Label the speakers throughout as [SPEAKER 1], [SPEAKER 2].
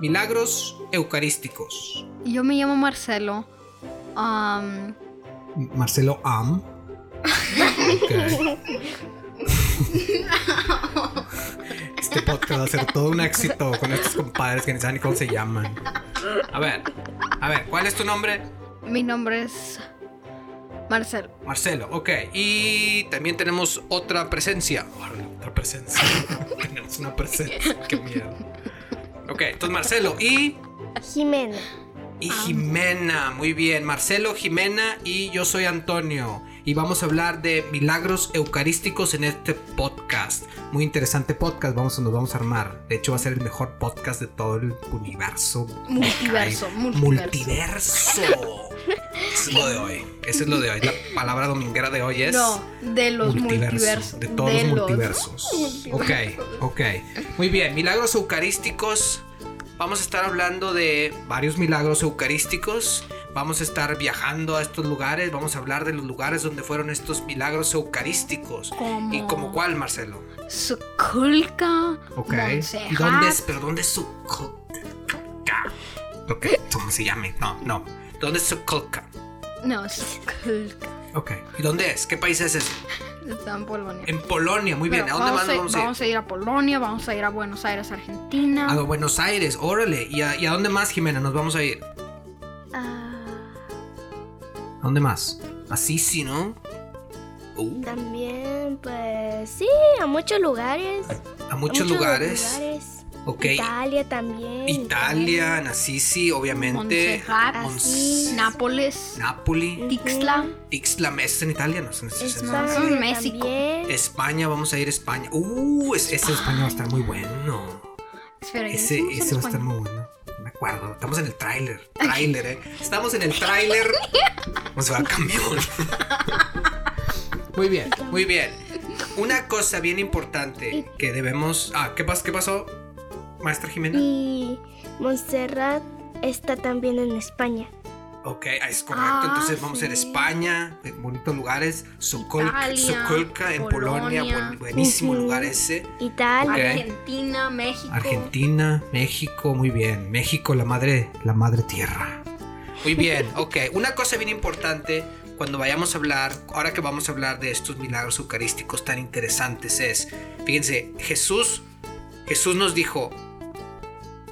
[SPEAKER 1] Milagros Eucarísticos.
[SPEAKER 2] Yo me llamo Marcelo. Am,
[SPEAKER 1] Marcelo Am. Ok. Este podcast va a ser todo un éxito con estos compadres que ni saben ni cómo se llaman. A ver, a ver, ¿cuál es tu nombre?
[SPEAKER 2] mi nombre es Marcelo.
[SPEAKER 1] Marcelo, ok. Y también tenemos otra presencia. Órale, otra presencia. tenemos una presencia. Qué miedo. Ok, entonces Marcelo y,
[SPEAKER 3] Jimena.
[SPEAKER 1] y
[SPEAKER 2] Ah.
[SPEAKER 1] Jimena. Muy bien. Marcelo, Jimena y yo soy Antonio. Y vamos a hablar de milagros eucarísticos en este podcast. Muy interesante podcast. Vamos, nos vamos a armar. De hecho, va a ser el mejor podcast de todo el universo.
[SPEAKER 2] Multiverso,
[SPEAKER 1] Ay,
[SPEAKER 2] multiverso.
[SPEAKER 1] multiverso. Eso es lo de hoy. Eso es lo de hoy. La palabra dominguera de hoy es
[SPEAKER 2] No, de los multiversos.
[SPEAKER 1] de todos los multiversos. Ok,
[SPEAKER 2] multiversos.
[SPEAKER 1] ok. Muy bien, milagros eucarísticos. Vamos a estar hablando de varios milagros eucarísticos. Vamos a estar viajando a estos lugares. Vamos a hablar de los lugares donde fueron estos milagros eucarísticos.
[SPEAKER 2] Como-
[SPEAKER 1] ¿Y como cuál, Marcelo?
[SPEAKER 2] Socolca.
[SPEAKER 1] Ok.
[SPEAKER 2] Montserrat.
[SPEAKER 1] ¿Dónde es? ¿Pero dónde es Socolca? Ok, ¿cómo se llame? No, no. ¿Dónde es Socolca?
[SPEAKER 2] No, Socolca.
[SPEAKER 1] Ok. ¿Y dónde es? ¿Qué país es ese?
[SPEAKER 2] Está en Polonia.
[SPEAKER 1] En Polonia, Eh, muy bien.
[SPEAKER 2] Pero
[SPEAKER 1] ¿A dónde más nos
[SPEAKER 2] vamos
[SPEAKER 1] vamos a ir?
[SPEAKER 2] a ir a Polonia, vamos a ir a Buenos Aires, Argentina.
[SPEAKER 1] A Buenos Aires, órale. ¿Y a, y a dónde más, Jimena? Nos vamos a ir.
[SPEAKER 3] Ah,
[SPEAKER 1] ¿A dónde más? A Sisi, ¿no? Uh,
[SPEAKER 3] también, pues sí, a muchos lugares.
[SPEAKER 1] a muchos lugares.
[SPEAKER 3] lugares.
[SPEAKER 1] Ok.
[SPEAKER 3] Italia también.
[SPEAKER 1] Italia, a Sisi, obviamente.
[SPEAKER 2] Montserrat,
[SPEAKER 1] Mons-
[SPEAKER 2] Nápoles,
[SPEAKER 1] Nápoli.
[SPEAKER 2] Tixla.
[SPEAKER 1] Ixla, es en Italia, no es en- es en-
[SPEAKER 3] España
[SPEAKER 2] Eso es México.
[SPEAKER 3] también.
[SPEAKER 1] España, vamos a ir a España. Uh, es- ese de España va a estar muy bueno.
[SPEAKER 2] Espera, ¿ya
[SPEAKER 1] Ese,
[SPEAKER 2] dijimos en
[SPEAKER 1] ese va a estar
[SPEAKER 2] español?
[SPEAKER 1] muy bueno. Me acuerdo. Estamos en el tráiler. Tráiler, eh. Estamos en el tráiler. Nos va el camión. Muy bien, muy bien. Una cosa bien importante que debemos. Ah, ¿qué, pas- qué pasó, maestra Jimena?
[SPEAKER 3] Y Montserrat está también en España.
[SPEAKER 1] Ok, ah, es correcto.
[SPEAKER 2] Ah,
[SPEAKER 1] Entonces vamos a ir a
[SPEAKER 3] sí.
[SPEAKER 1] España, en bonitos lugares. Sokolka,
[SPEAKER 2] Italia,
[SPEAKER 1] Sokolka en Polonia,
[SPEAKER 2] Polonia.
[SPEAKER 1] buen- buenísimo
[SPEAKER 3] Ujú.
[SPEAKER 1] lugar ese.
[SPEAKER 3] Italia.
[SPEAKER 1] Ok.
[SPEAKER 2] Argentina, México.
[SPEAKER 1] Argentina, México, muy bien. México, la madre, la madre tierra. Muy bien, ok. Una cosa bien importante cuando vayamos a hablar, ahora que vamos a hablar de estos milagros eucarísticos tan interesantes es, fíjense, Jesús, Jesús nos dijo,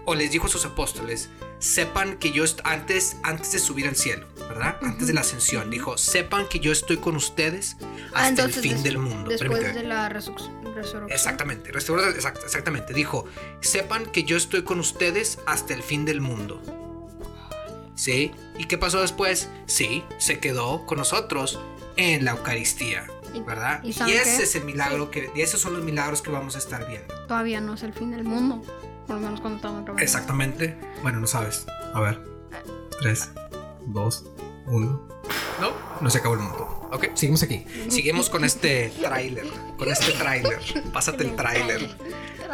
[SPEAKER 1] o les dijo a sus apóstoles, sepan que yo est- antes, antes de subir al cielo, ¿verdad? Antes de la ascensión, dijo, sepan que yo estoy con ustedes
[SPEAKER 2] Ah,
[SPEAKER 1] hasta
[SPEAKER 2] entonces,
[SPEAKER 1] el fin
[SPEAKER 2] des-
[SPEAKER 1] del mundo.
[SPEAKER 2] Después
[SPEAKER 1] Permíteme.
[SPEAKER 2] de la resurrec- resurrección.
[SPEAKER 1] Exactamente, restaurante, exact- exactamente. Dijo, sepan que yo estoy con ustedes hasta el fin del mundo. ¿Sí? ¿Y qué pasó después? Sí, se quedó con nosotros en la Eucaristía,
[SPEAKER 2] ¿Y-
[SPEAKER 1] ¿verdad?
[SPEAKER 2] y
[SPEAKER 1] Y,
[SPEAKER 2] saben
[SPEAKER 1] ese
[SPEAKER 2] qué?
[SPEAKER 1] es el milagro que, y esos son los milagros que vamos a estar viendo.
[SPEAKER 2] Todavía no es el fin del mundo. Por lo menos cuando estamos grabando.
[SPEAKER 1] Exactamente. Bueno, no sabes. A ver. 3, 2, 1. No, no se acabó el mundo. Ok, seguimos aquí. Seguimos con este tráiler. Con este tráiler. Pásate el tráiler.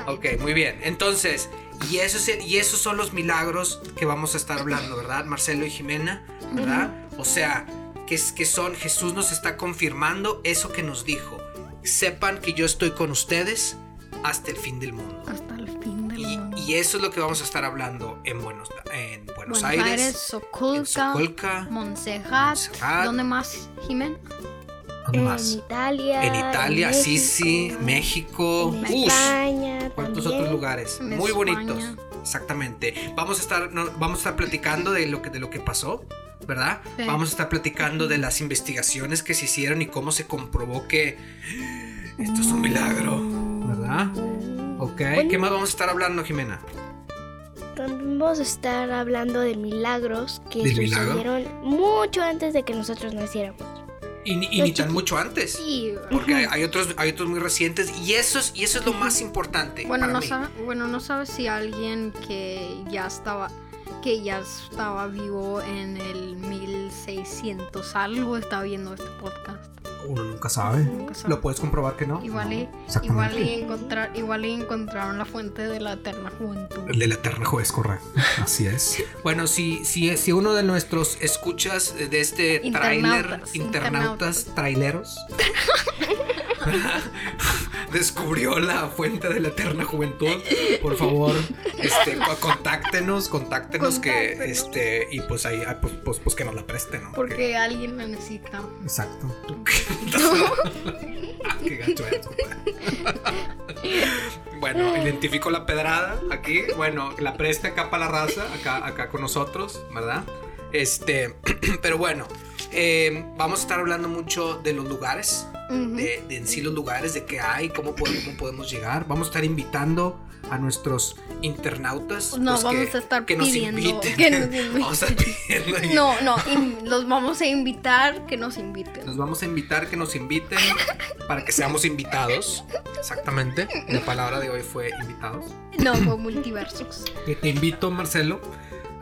[SPEAKER 1] Ok, muy bien. Entonces, y, eso es- y esos son los milagros que vamos a estar hablando, ¿verdad? Marcelo y Jimena, ¿verdad? O sea, que, es, que son, Jesús nos está confirmando eso que nos dijo. Sepan que yo estoy con ustedes hasta el fin del mundo.
[SPEAKER 2] Hasta el fin del
[SPEAKER 1] Y,
[SPEAKER 2] mundo.
[SPEAKER 1] y eso es lo que vamos a estar hablando en Buenos, en Buenos
[SPEAKER 2] Buenos
[SPEAKER 1] Aires,
[SPEAKER 2] Aires,
[SPEAKER 1] en
[SPEAKER 2] Sokolka,
[SPEAKER 1] Socolca,
[SPEAKER 2] Montserrat.
[SPEAKER 1] Montserrat.
[SPEAKER 2] ¿Dónde más, Jimena?
[SPEAKER 1] ¿dónde más?
[SPEAKER 3] En Italia.
[SPEAKER 1] En Italia,
[SPEAKER 3] México,
[SPEAKER 1] Sisi, México.
[SPEAKER 3] En
[SPEAKER 1] ¡Ush!
[SPEAKER 3] España.
[SPEAKER 1] ¿Cuántos
[SPEAKER 3] también.
[SPEAKER 1] otros lugares?
[SPEAKER 2] En
[SPEAKER 1] Muy
[SPEAKER 2] España.
[SPEAKER 1] bonitos. Exactamente. Vamos a estar, no, vamos a estar platicando de lo que, de lo que pasó, ¿verdad?
[SPEAKER 2] Sí.
[SPEAKER 1] Vamos a estar platicando de las investigaciones que se hicieron y cómo se comprobó que esto es un milagro, ¿verdad?
[SPEAKER 3] Mm.
[SPEAKER 1] Ok, ¿qué más vamos a estar hablando, Jimena?
[SPEAKER 3] Vamos a estar hablando de milagros que
[SPEAKER 1] ¿Del milagro?
[SPEAKER 3] sucedieron mucho antes de que nosotros naciéramos.
[SPEAKER 1] Y, ni- y ni tan mucho antes.
[SPEAKER 2] Sí.
[SPEAKER 1] Porque hay, hay otros, hay otros muy recientes y eso es, y eso es lo más importante
[SPEAKER 2] Bueno
[SPEAKER 1] para
[SPEAKER 2] no,
[SPEAKER 1] mí.
[SPEAKER 2] sabe, bueno, no sabe si alguien que ya estaba que ya estaba vivo en el 1600 algo está viendo este podcast.
[SPEAKER 1] Uno nunca sabe.
[SPEAKER 2] Nunca sabe.
[SPEAKER 1] puedes comprobar que no?
[SPEAKER 2] Igual y, igual
[SPEAKER 1] exactamente.
[SPEAKER 2] y encontrar, igual y encontraron la fuente de la eterna juventud.
[SPEAKER 1] El de la eterna juez, correcto. Así es. Bueno, si, si, si uno de nuestros escuchas de este tráiler,
[SPEAKER 2] Internautas,
[SPEAKER 1] internautas, traileros, descubrió la fuente de la eterna juventud, por favor, este, co- contáctenos, contáctenos que,
[SPEAKER 2] Contáctenos.
[SPEAKER 1] este, y pues ahí, ah, pues, pues, pues que nos la presten, ¿no?
[SPEAKER 2] Porque alguien la necesita.
[SPEAKER 1] Exacto. Qué gacho eres, compadre. Bueno, identifico la pedrada aquí. Bueno, la preste acá para la raza, acá, acá con nosotros, ¿verdad? Este, pero bueno, eh, vamos a estar hablando mucho de los lugares,
[SPEAKER 2] Ujú.
[SPEAKER 1] de, de en sí los lugares, de qué hay, cómo podemos, cómo podemos llegar. Vamos a estar invitando a nuestros internautas.
[SPEAKER 2] No,
[SPEAKER 1] pues,
[SPEAKER 2] vamos
[SPEAKER 1] que-
[SPEAKER 2] a estar
[SPEAKER 1] que nos
[SPEAKER 2] pidiendo
[SPEAKER 1] inviten.
[SPEAKER 2] que nos inviten.
[SPEAKER 1] Vamos a estar pidiendo ahí.
[SPEAKER 2] No, no, in- los vamos a invitar que nos inviten.
[SPEAKER 1] Nos vamos a invitar que nos inviten para que seamos invitados. Exactamente. La palabra de hoy fue invitados.
[SPEAKER 2] No, fue multiversos.
[SPEAKER 1] Te, te invito, Marcelo,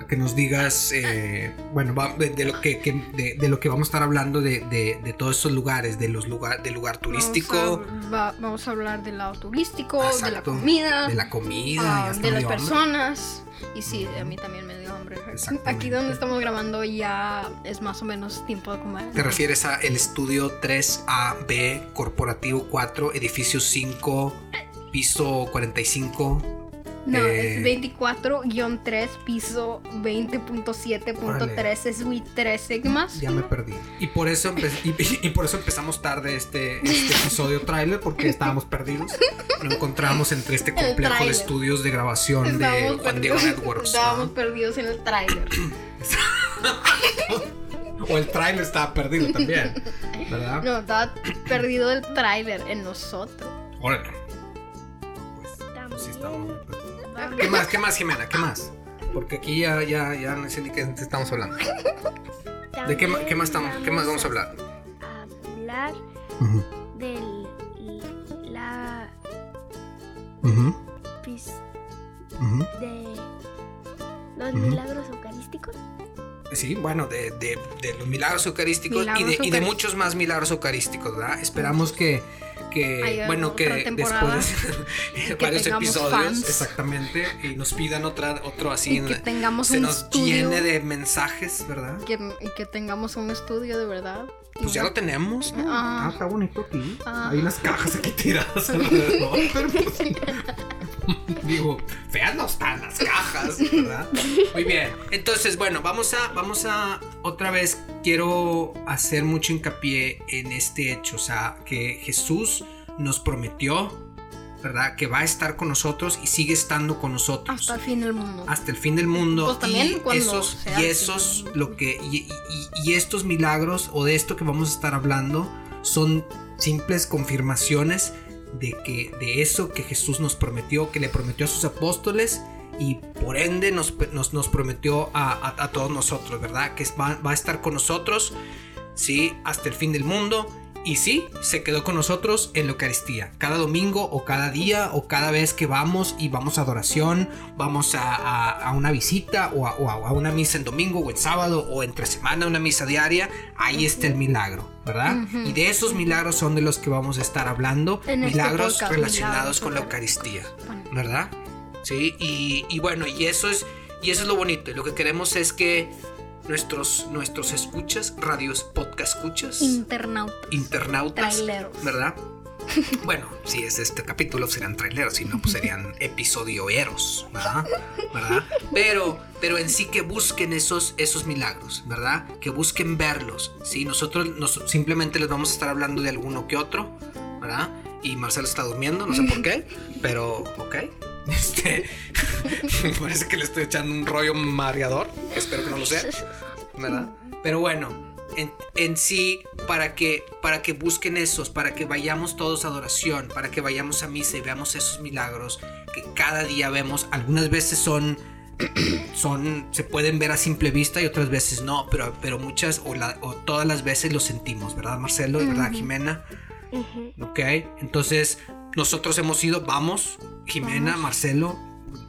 [SPEAKER 1] a que nos digas, eh, bueno, va- de, de lo que, que- de, de lo que vamos a estar hablando de, de- de todos esos lugares, de los lugar, del lugar turístico,
[SPEAKER 2] Vamos a, va- vamos a hablar del lado turístico, de la
[SPEAKER 1] Exacto.
[SPEAKER 2] comida,
[SPEAKER 1] de la
[SPEAKER 2] ah,
[SPEAKER 1] comida, ya está
[SPEAKER 2] de las
[SPEAKER 1] medio hambre.
[SPEAKER 2] personas. Y sí, a mí también me dio hambre.
[SPEAKER 1] Exactamente.
[SPEAKER 2] Aquí donde estamos grabando ya es más o menos tiempo de comer.
[SPEAKER 1] Te refieres a el estudio 3AB, corporativo 4, edificio 5, piso 45.
[SPEAKER 2] No,
[SPEAKER 1] Eh,
[SPEAKER 2] es 24-3, piso 20.7.13, suite 3 sigmas.
[SPEAKER 1] Ya me perdí. Y por eso, empe- y, y por eso empezamos tarde este, este episodio trailer, porque estábamos perdidos. Lo encontramos entre este complejo de
[SPEAKER 2] tráiler.
[SPEAKER 1] estudios de grabación de
[SPEAKER 2] Estábamos
[SPEAKER 1] Juan Diego
[SPEAKER 2] perdidos-
[SPEAKER 1] Networks.
[SPEAKER 2] Estábamos perdidos en el tráiler.
[SPEAKER 1] ¿no? O el trailer estaba perdido también, ¿verdad?
[SPEAKER 2] No, estaba perdido el tráiler en nosotros.
[SPEAKER 1] Órale. Pues sí, estábamos muy perdidos. ¿Qué más? ¿Qué más, Jimena? ¿Qué más? Porque aquí ya, ya, ya no sé ni qué estamos hablando. ¿De qué, ma- qué más estamos? ¿Qué más vamos a hablar?
[SPEAKER 3] Hablar del la pis- de los
[SPEAKER 1] Ujú.
[SPEAKER 3] milagros eucarísticos.
[SPEAKER 1] Sí, bueno, de, de- de los milagros eucarísticos
[SPEAKER 2] Milagros
[SPEAKER 1] y, de, y de
[SPEAKER 2] eucarísticos.
[SPEAKER 1] muchos más milagros eucarísticos, ¿verdad? Esperamos que, que,
[SPEAKER 2] Haya
[SPEAKER 1] bueno,
[SPEAKER 2] otra
[SPEAKER 1] que después
[SPEAKER 2] temporada.
[SPEAKER 1] de hacer varios
[SPEAKER 2] tengamos
[SPEAKER 1] episodios,
[SPEAKER 2] fans.
[SPEAKER 1] exactamente, y nos pidan otra, otro así,
[SPEAKER 2] Y que tengamos
[SPEAKER 1] se
[SPEAKER 2] un
[SPEAKER 1] nos
[SPEAKER 2] estudio.
[SPEAKER 1] llene de mensajes, ¿verdad?
[SPEAKER 2] Que, y que tengamos un estudio de verdad.
[SPEAKER 1] Pues ya lo tenemos. ¿no?
[SPEAKER 2] Ah.
[SPEAKER 1] está bonito aquí.
[SPEAKER 2] Ah.
[SPEAKER 1] Hay unas cajas aquí tiradas alrededor, pero pues, Digo, feas no están las cajas, ¿verdad? Muy bien. Entonces, bueno, vamos a, vamos a, otra vez quiero hacer mucho hincapié en este hecho, o sea, que Jesús nos prometió, ¿verdad? Que va a estar con nosotros y sigue estando con nosotros
[SPEAKER 2] Hasta el fin del mundo.
[SPEAKER 1] hasta el fin del mundo.
[SPEAKER 2] Pues también
[SPEAKER 1] y
[SPEAKER 2] cuando
[SPEAKER 1] esos,
[SPEAKER 2] sea
[SPEAKER 1] y
[SPEAKER 2] el
[SPEAKER 1] esos
[SPEAKER 2] fin del
[SPEAKER 1] lo que y, y- y estos milagros o de esto que vamos a estar hablando son simples confirmaciones de que de eso que Jesús nos prometió, que le prometió a sus apóstoles y por ende nos, nos, nos prometió a, a- a todos nosotros, ¿verdad? Que va, va a estar con nosotros, sí, hasta el fin del mundo. Y sí, se quedó con nosotros en la Eucaristía. Cada domingo o cada día o cada vez que vamos y vamos a adoración, vamos a, a- a una visita o, a, o a- a una misa en domingo o en sábado o entre semana una misa diaria, ahí está el milagro, ¿verdad?
[SPEAKER 2] Ujú.
[SPEAKER 1] Y de esos milagros son de los que vamos a estar hablando,
[SPEAKER 2] En este
[SPEAKER 1] milagros
[SPEAKER 2] podcast,
[SPEAKER 1] relacionados
[SPEAKER 2] milagros
[SPEAKER 1] con la
[SPEAKER 2] eucarísticos.
[SPEAKER 1] Eucaristía.
[SPEAKER 2] Bueno,
[SPEAKER 1] ¿verdad? Sí, y, y bueno, y eso es y eso es lo bonito. Y lo que queremos es que nuestros nuestros escuchas, radios, podcast escuchas,
[SPEAKER 2] internautas.
[SPEAKER 1] internautas,
[SPEAKER 2] Traileros.
[SPEAKER 1] ¿verdad? Bueno, si es este capítulo serán traileros, si no pues serían episodioeros, ¿verdad? ¿verdad? Pero, pero en sí que busquen esos, esos milagros, ¿verdad? Que busquen verlos, ¿sí? Nosotros nos- simplemente les vamos a estar hablando de alguno que otro, ¿verdad? Y Marcelo está durmiendo, no sé por qué, pero ok. Este, me parece que le estoy echando un rollo mareador, espero que no lo sea. ¿verdad? Pero bueno, en, en sí, para que, para que busquen esos, para que vayamos todos a adoración, para que vayamos a misa y veamos esos milagros que cada día vemos, algunas veces son, son se pueden ver a simple vista y otras veces no, pero, pero muchas o, la- o todas las veces los sentimos, ¿verdad Marcelo? ¿Verdad
[SPEAKER 2] Ujú.
[SPEAKER 1] Jimena?
[SPEAKER 3] Ujú.
[SPEAKER 1] ¿Ok? Entonces, nosotros hemos ido, vamos, Jimena,
[SPEAKER 2] Vamos.
[SPEAKER 1] Marcelo,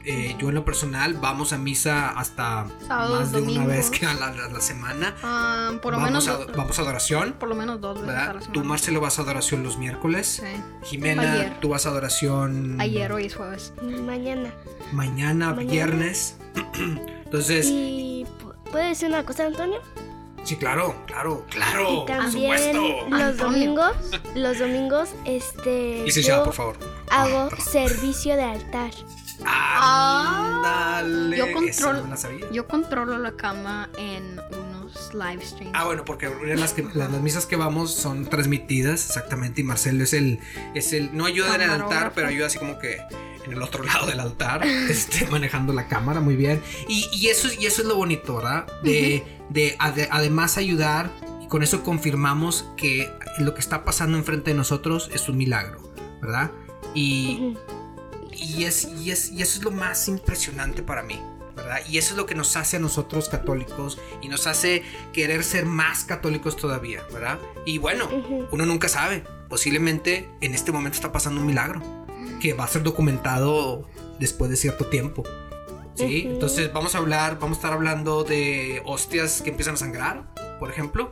[SPEAKER 1] eh, yo en lo personal, vamos a misa hasta
[SPEAKER 2] Sábados,
[SPEAKER 1] más de una
[SPEAKER 2] domingos.
[SPEAKER 1] vez que a la, a la semana.
[SPEAKER 2] Ah, por lo
[SPEAKER 1] vamos,
[SPEAKER 2] menos
[SPEAKER 1] a,
[SPEAKER 2] dos-
[SPEAKER 1] vamos a adoración,
[SPEAKER 2] por lo menos dos veces a
[SPEAKER 1] ¿verdad?
[SPEAKER 2] la
[SPEAKER 1] Tú,
[SPEAKER 2] semana.
[SPEAKER 1] Marcelo, vas a adoración los miércoles.
[SPEAKER 2] Sí.
[SPEAKER 1] Jimena,
[SPEAKER 2] Ayer.
[SPEAKER 1] tú vas a adoración
[SPEAKER 2] Ayer, hoy es jueves.
[SPEAKER 3] Mañana.
[SPEAKER 1] mañana,
[SPEAKER 3] Mañana.
[SPEAKER 1] viernes. Entonces,
[SPEAKER 3] Y pu- puedo decir una cosa, Antonio.
[SPEAKER 1] Sí, claro, claro, claro.
[SPEAKER 3] y
[SPEAKER 1] Oh, Por
[SPEAKER 3] también
[SPEAKER 1] supuesto.
[SPEAKER 3] los
[SPEAKER 2] Antonio.
[SPEAKER 3] domingos, los domingos, este,
[SPEAKER 1] Y sí,
[SPEAKER 3] yo
[SPEAKER 1] ya, por favor.
[SPEAKER 3] hago servicio de altar.
[SPEAKER 2] Ah,
[SPEAKER 1] Ándale.
[SPEAKER 2] yo
[SPEAKER 1] esa
[SPEAKER 2] controlo-
[SPEAKER 1] no la sabía.
[SPEAKER 2] Yo controlo la cama en unos live streams.
[SPEAKER 1] Ah, bueno, porque las, que- las, las misas que vamos son transmitidas exactamente y Marcelo es el, es el, no ayuda en el altar,
[SPEAKER 2] Camarógrafo.
[SPEAKER 1] pero ayuda así como que en el otro lado del altar, este, manejando la cámara muy bien. Y, y eso, es- y eso es lo bonito, ¿verdad? De, de ade- además ayudar y con eso confirmamos que lo que está pasando enfrente de nosotros es un milagro, ¿verdad? Y,
[SPEAKER 3] Ujú.
[SPEAKER 1] y, es, y, es, y eso es lo más impresionante para mí, ¿verdad? Y eso es lo que nos hace a nosotros católicos y nos hace querer ser más católicos todavía, ¿verdad? Y bueno,
[SPEAKER 3] Ujú.
[SPEAKER 1] uno nunca sabe. Posiblemente en este momento está pasando un milagro que va a ser documentado después de cierto tiempo. ¿Sí?
[SPEAKER 3] Ujú.
[SPEAKER 1] Entonces vamos a hablar, vamos a estar hablando de hostias que empiezan a sangrar, por ejemplo,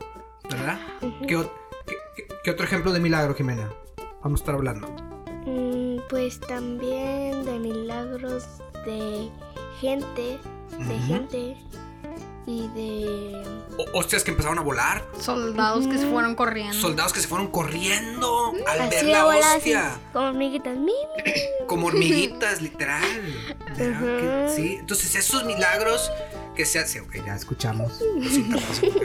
[SPEAKER 1] ¿verdad? ¿Qué, ot- qué- qué- qué otro ejemplo de milagro, Jimena? Vamos a estar hablando.
[SPEAKER 3] Mm, Pues también de milagros de gente, de
[SPEAKER 1] Ujú.
[SPEAKER 3] gente y de
[SPEAKER 1] O- hostias que empezaron a volar,
[SPEAKER 2] Soldados que se fueron corriendo.
[SPEAKER 1] soldados que se fueron corriendo al ver
[SPEAKER 3] así de
[SPEAKER 1] la
[SPEAKER 3] volada, así,
[SPEAKER 1] hostia,
[SPEAKER 3] como hormiguitas. ¡Mim!
[SPEAKER 1] como hormiguitas, literal. ¿Verdad que-
[SPEAKER 3] Ujú.
[SPEAKER 1] sí, entonces esos milagros que se hacen. Ok, ya escuchamos. Pues los intervalos, ok,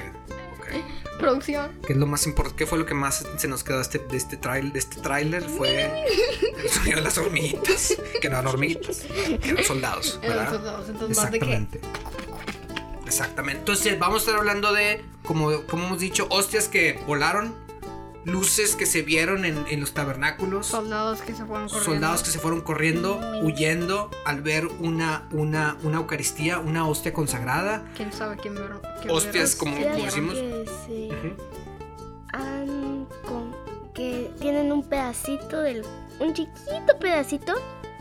[SPEAKER 1] ok.
[SPEAKER 2] Producción.
[SPEAKER 1] ¿Qué es lo más importante? ¿Qué fue lo que más se nos quedó este- de este trail, de este tráiler? Fue el sonido de las hormiguitas, que no eran hormiguitas, eran soldados,
[SPEAKER 2] eran
[SPEAKER 1] ¿verdad?
[SPEAKER 2] Eh, soldados, Entonces, más de que.
[SPEAKER 1] Exactamente. Exactamente. Entonces, vamos a estar hablando de, como, como hemos dicho, hostias que volaron, luces que se vieron en, en los tabernáculos,
[SPEAKER 2] Soldados que se fueron corriendo. Mm.
[SPEAKER 1] soldados que se fueron corriendo, huyendo al ver una, una, una Eucaristía, una hostia consagrada.
[SPEAKER 2] ¿Quién sabe quién vieron? quién
[SPEAKER 1] Hostias, como,
[SPEAKER 3] Hostias
[SPEAKER 1] como decimos.
[SPEAKER 3] Que, se
[SPEAKER 1] Ujú.
[SPEAKER 3] han con- que tienen un pedacito del. Un chiquito pedacito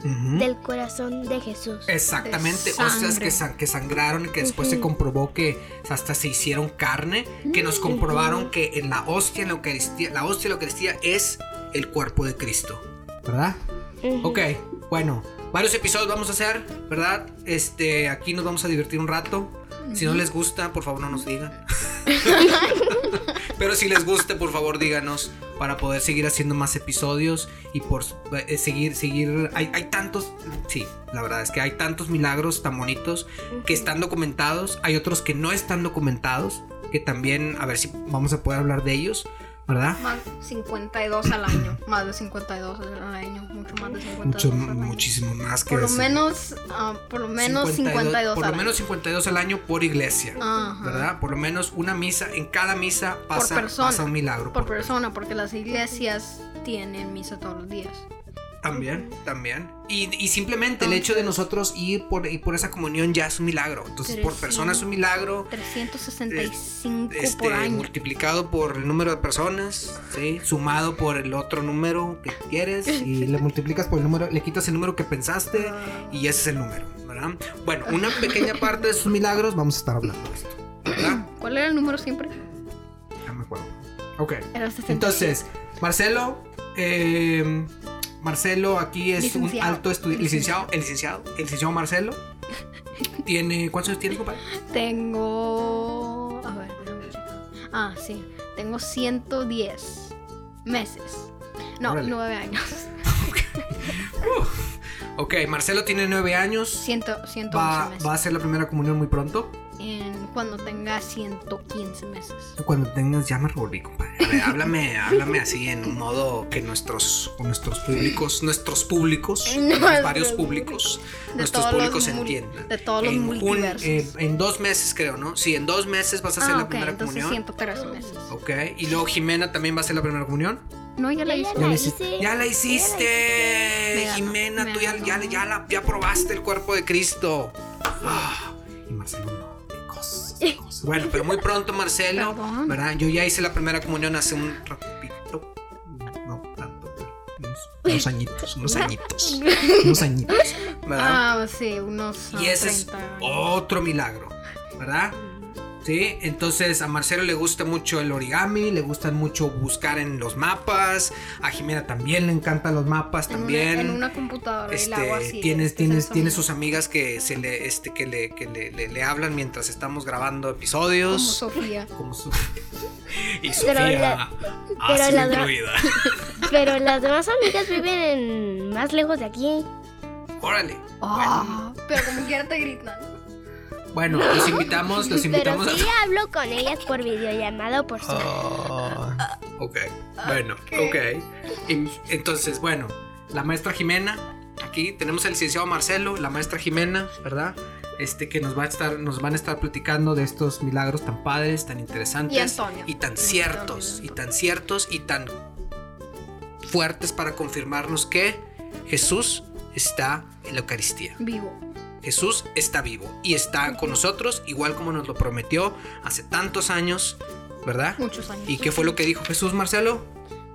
[SPEAKER 1] Ujú.
[SPEAKER 3] del corazón de Jesús.
[SPEAKER 1] Eh, Exactamente,
[SPEAKER 2] De
[SPEAKER 1] hostias
[SPEAKER 2] sangre.
[SPEAKER 1] que, san- que sangraron y que después se
[SPEAKER 3] Ujú.
[SPEAKER 1] comprobó que hasta se hicieron carne, que
[SPEAKER 2] Mm.
[SPEAKER 1] nos comprobaron que en la hostia, en la Eucaristía, la hostia de la Eucaristía es el cuerpo de Cristo, ¿verdad?
[SPEAKER 3] Ujú.
[SPEAKER 1] Ok, bueno, varios episodios vamos a hacer, ¿verdad? Este, aquí nos vamos a divertir un rato. Si no les gusta, por favor no nos digan. Pero si les gusta, por favor díganos para poder seguir haciendo más episodios y por eh, seguir, seguir. Hay, hay tantos, sí, la verdad es que hay tantos milagros tan bonitos que están documentados, hay otros que no están documentados, que también, a ver si vamos a poder hablar de ellos, ¿verdad?
[SPEAKER 2] Más de 52 al año. Más de 52 al año. Mucho más de 52.
[SPEAKER 1] Mucho,
[SPEAKER 2] al año.
[SPEAKER 1] muchísimo más que
[SPEAKER 2] Por lo
[SPEAKER 1] decir.
[SPEAKER 2] menos. ah, por lo menos 52,
[SPEAKER 1] por
[SPEAKER 2] al
[SPEAKER 1] lo menos 52 al año por iglesia.
[SPEAKER 2] Ajá.
[SPEAKER 1] ¿Verdad? Por lo menos una misa, en cada misa pasa,
[SPEAKER 2] persona.
[SPEAKER 1] pasa un milagro.
[SPEAKER 2] año. Por persona, porque las iglesias tienen misa todos los días.
[SPEAKER 1] También, también. Y, y simplemente el hecho de nosotros ir por, ir por esa comunión ya es un milagro. Entonces, por persona es un milagro.
[SPEAKER 2] 365
[SPEAKER 1] Este,
[SPEAKER 2] por año.
[SPEAKER 1] multiplicado por el número de personas, ¿sí? sumado por el otro número que quieres y le multiplicas por el número, le quitas el número que pensaste
[SPEAKER 2] Ah.
[SPEAKER 1] y ese es el número, ¿verdad? Bueno, una pequeña parte de esos milagros vamos a estar hablando de esto, ¿verdad?
[SPEAKER 2] ¿Cuál era el número siempre?
[SPEAKER 1] Ya me acuerdo. Ok.
[SPEAKER 2] Era 60.
[SPEAKER 1] Entonces, Marcelo, eh, Marcelo aquí es
[SPEAKER 2] Licenciado.
[SPEAKER 1] un alto estudiante, licenciado, el licenciado, el licenciado Marcelo. Tiene, ¿cuántos años tiene, compadre?
[SPEAKER 2] Tengo. A ver, déjame checar. Ah, sí. Tengo 110 meses. No,
[SPEAKER 1] Órale.
[SPEAKER 2] 9 años.
[SPEAKER 1] Ok, Marcelo tiene nueve años.
[SPEAKER 2] 100, 111
[SPEAKER 1] Va,
[SPEAKER 2] meses.
[SPEAKER 1] va a hacer la primera comunión muy pronto.
[SPEAKER 2] En- cuando tenga 115 meses.
[SPEAKER 1] Cuando tengas, ya me revolví, compadre. A ver, háblame, háblame así en un modo que nuestros, nuestros públicos, nuestros públicos,
[SPEAKER 2] Nuestros
[SPEAKER 1] varios públicos,
[SPEAKER 2] De
[SPEAKER 1] nuestros
[SPEAKER 2] todos los
[SPEAKER 1] públicos
[SPEAKER 2] mul-
[SPEAKER 1] entiendan.
[SPEAKER 2] de todos los
[SPEAKER 1] en, un-
[SPEAKER 2] multiversos.
[SPEAKER 1] eh, en dos meses, creo, ¿no? Sí, en dos meses vas a hacer
[SPEAKER 2] ah,
[SPEAKER 1] la
[SPEAKER 2] ok,
[SPEAKER 1] primera
[SPEAKER 2] entonces
[SPEAKER 1] comunión. Oh,
[SPEAKER 2] 113 meses.
[SPEAKER 1] Ok, y luego Jimena también va a hacer la primera comunión.
[SPEAKER 2] No, ya la
[SPEAKER 3] Ya, ya
[SPEAKER 2] hice.
[SPEAKER 3] la- hice.
[SPEAKER 1] ¡Ya la hiciste!
[SPEAKER 2] Me ganó,
[SPEAKER 1] Jimena,
[SPEAKER 2] me
[SPEAKER 1] tú ya,
[SPEAKER 2] ganó.
[SPEAKER 1] ya, ya la- ya probaste el cuerpo de Cristo. Ah, y Marcelo no. Qué cosas, qué cosas. Bueno, pero muy pronto, Marcelo.
[SPEAKER 2] Perdón.
[SPEAKER 1] ¿Verdad? Yo ya hice la primera comunión hace un ratito. No tanto, pero unos, unos añitos, unos añitos. Unos añitos. ¿Verdad?
[SPEAKER 2] Ah, sí, unos ah,
[SPEAKER 1] Y ese es oh,
[SPEAKER 2] 30 años.
[SPEAKER 1] otro milagro, ¿verdad? ¿sí? Entonces a Marcelo le gusta mucho el origami, le gustan mucho buscar en los mapas, a Jimena también le encantan los mapas
[SPEAKER 2] En una-
[SPEAKER 1] también.
[SPEAKER 2] En una computadora y
[SPEAKER 1] Este,
[SPEAKER 2] la hago así.
[SPEAKER 1] tienes,
[SPEAKER 2] este,
[SPEAKER 1] tienes,
[SPEAKER 2] sonido.
[SPEAKER 1] tienes sus amigas que se le, este, que le, que le, le- le hablan mientras estamos grabando
[SPEAKER 2] Como
[SPEAKER 1] episodios.
[SPEAKER 2] Sofía.
[SPEAKER 1] Como su- y
[SPEAKER 3] Pero
[SPEAKER 1] Sofía
[SPEAKER 3] la-
[SPEAKER 1] ha
[SPEAKER 3] pero
[SPEAKER 1] sido
[SPEAKER 3] la-
[SPEAKER 1] incluida.
[SPEAKER 3] Pero las demás amigas viven en más lejos de aquí.
[SPEAKER 1] Órale.
[SPEAKER 2] Ah, pero como quiera te gritan.
[SPEAKER 1] Bueno, los invitamos, los
[SPEAKER 3] Pero
[SPEAKER 1] invitamos
[SPEAKER 3] sí hablo con ellas por videollamada o por
[SPEAKER 1] a.
[SPEAKER 3] Skype.
[SPEAKER 1] Ah, ok. Bueno, ok. En- Entonces, bueno, la maestra Jimena, aquí tenemos al licenciado Marcelo, la maestra Jimena, ¿verdad? Este que nos va a estar, nos van a estar platicando de estos milagros tan padres, tan interesantes.
[SPEAKER 2] Y Antonio.
[SPEAKER 1] y tan
[SPEAKER 2] Sí,
[SPEAKER 1] ciertos, y
[SPEAKER 2] Antonio.
[SPEAKER 1] tan ciertos y tan fuertes para confirmarnos que Jesús está en la Eucaristía.
[SPEAKER 2] Vivo.
[SPEAKER 1] Jesús está vivo y está con nosotros, igual como nos lo prometió hace tantos años, ¿verdad?
[SPEAKER 2] Muchos años.
[SPEAKER 1] ¿Y qué fue lo que dijo Jesús, Marcelo?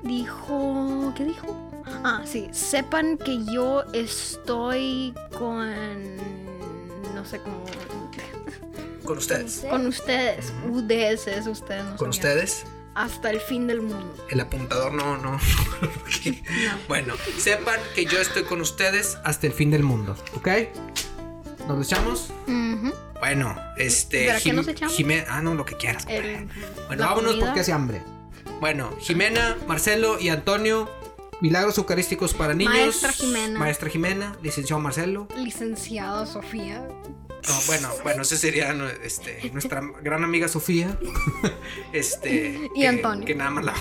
[SPEAKER 2] Dijo. ¿Qué dijo? Ah, sí. Sepan que yo estoy con. No sé cómo.
[SPEAKER 1] Con ustedes.
[SPEAKER 2] Con ustedes. UDS es ustedes. No
[SPEAKER 1] Con
[SPEAKER 2] sabían.
[SPEAKER 1] ustedes.
[SPEAKER 2] Hasta el fin del mundo.
[SPEAKER 1] El apuntador no, no.
[SPEAKER 2] No.
[SPEAKER 1] bueno, sepan que yo estoy con ustedes hasta el fin del mundo, ¿ok? ¿Nos lo echamos?
[SPEAKER 2] Ujú.
[SPEAKER 1] Bueno, este...
[SPEAKER 2] ¿Pero a qué
[SPEAKER 1] Jim-
[SPEAKER 2] nos echamos?
[SPEAKER 1] Jime- ah, no, lo que quieras.
[SPEAKER 2] El-
[SPEAKER 1] Bueno,
[SPEAKER 2] la
[SPEAKER 1] vámonos
[SPEAKER 2] comida.
[SPEAKER 1] porque hace hambre. Bueno, Jimena, Marcelo y Antonio, Milagros Eucarísticos para Niños.
[SPEAKER 2] Maestra Jimena.
[SPEAKER 1] Maestra Jimena, licenciado Marcelo.
[SPEAKER 2] Licenciado Sofía.
[SPEAKER 1] No, bueno, bueno, esa sería nu- este, nuestra gran amiga Sofía. este,
[SPEAKER 2] Y
[SPEAKER 1] que-
[SPEAKER 2] Antonio.
[SPEAKER 1] Que nada más la,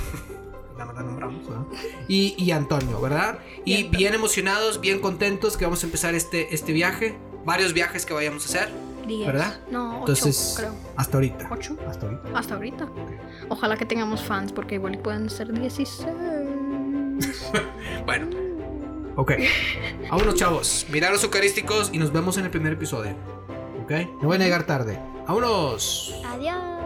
[SPEAKER 1] nada más la nombramos. ¿verdad? Y, y Antonio, ¿verdad? Y,
[SPEAKER 2] Y Antonio.
[SPEAKER 1] bien emocionados, bien contentos que vamos a empezar este, este viaje. Varios viajes que vayamos a hacer.
[SPEAKER 2] Diez.
[SPEAKER 1] ¿Verdad?
[SPEAKER 2] No, ocho,
[SPEAKER 1] Entonces,
[SPEAKER 2] creo.
[SPEAKER 1] hasta ahorita.
[SPEAKER 2] Ocho.
[SPEAKER 1] Hasta ahorita.
[SPEAKER 2] Hasta ahorita. Ojalá que tengamos fans porque igual y pueden ser 16.
[SPEAKER 1] Bueno, ok. Vámonos, chavos. Milagros Eucarísticos y nos vemos en el primer episodio. ¿Ok? No voy a llegar tarde. Vámonos.
[SPEAKER 3] Adiós.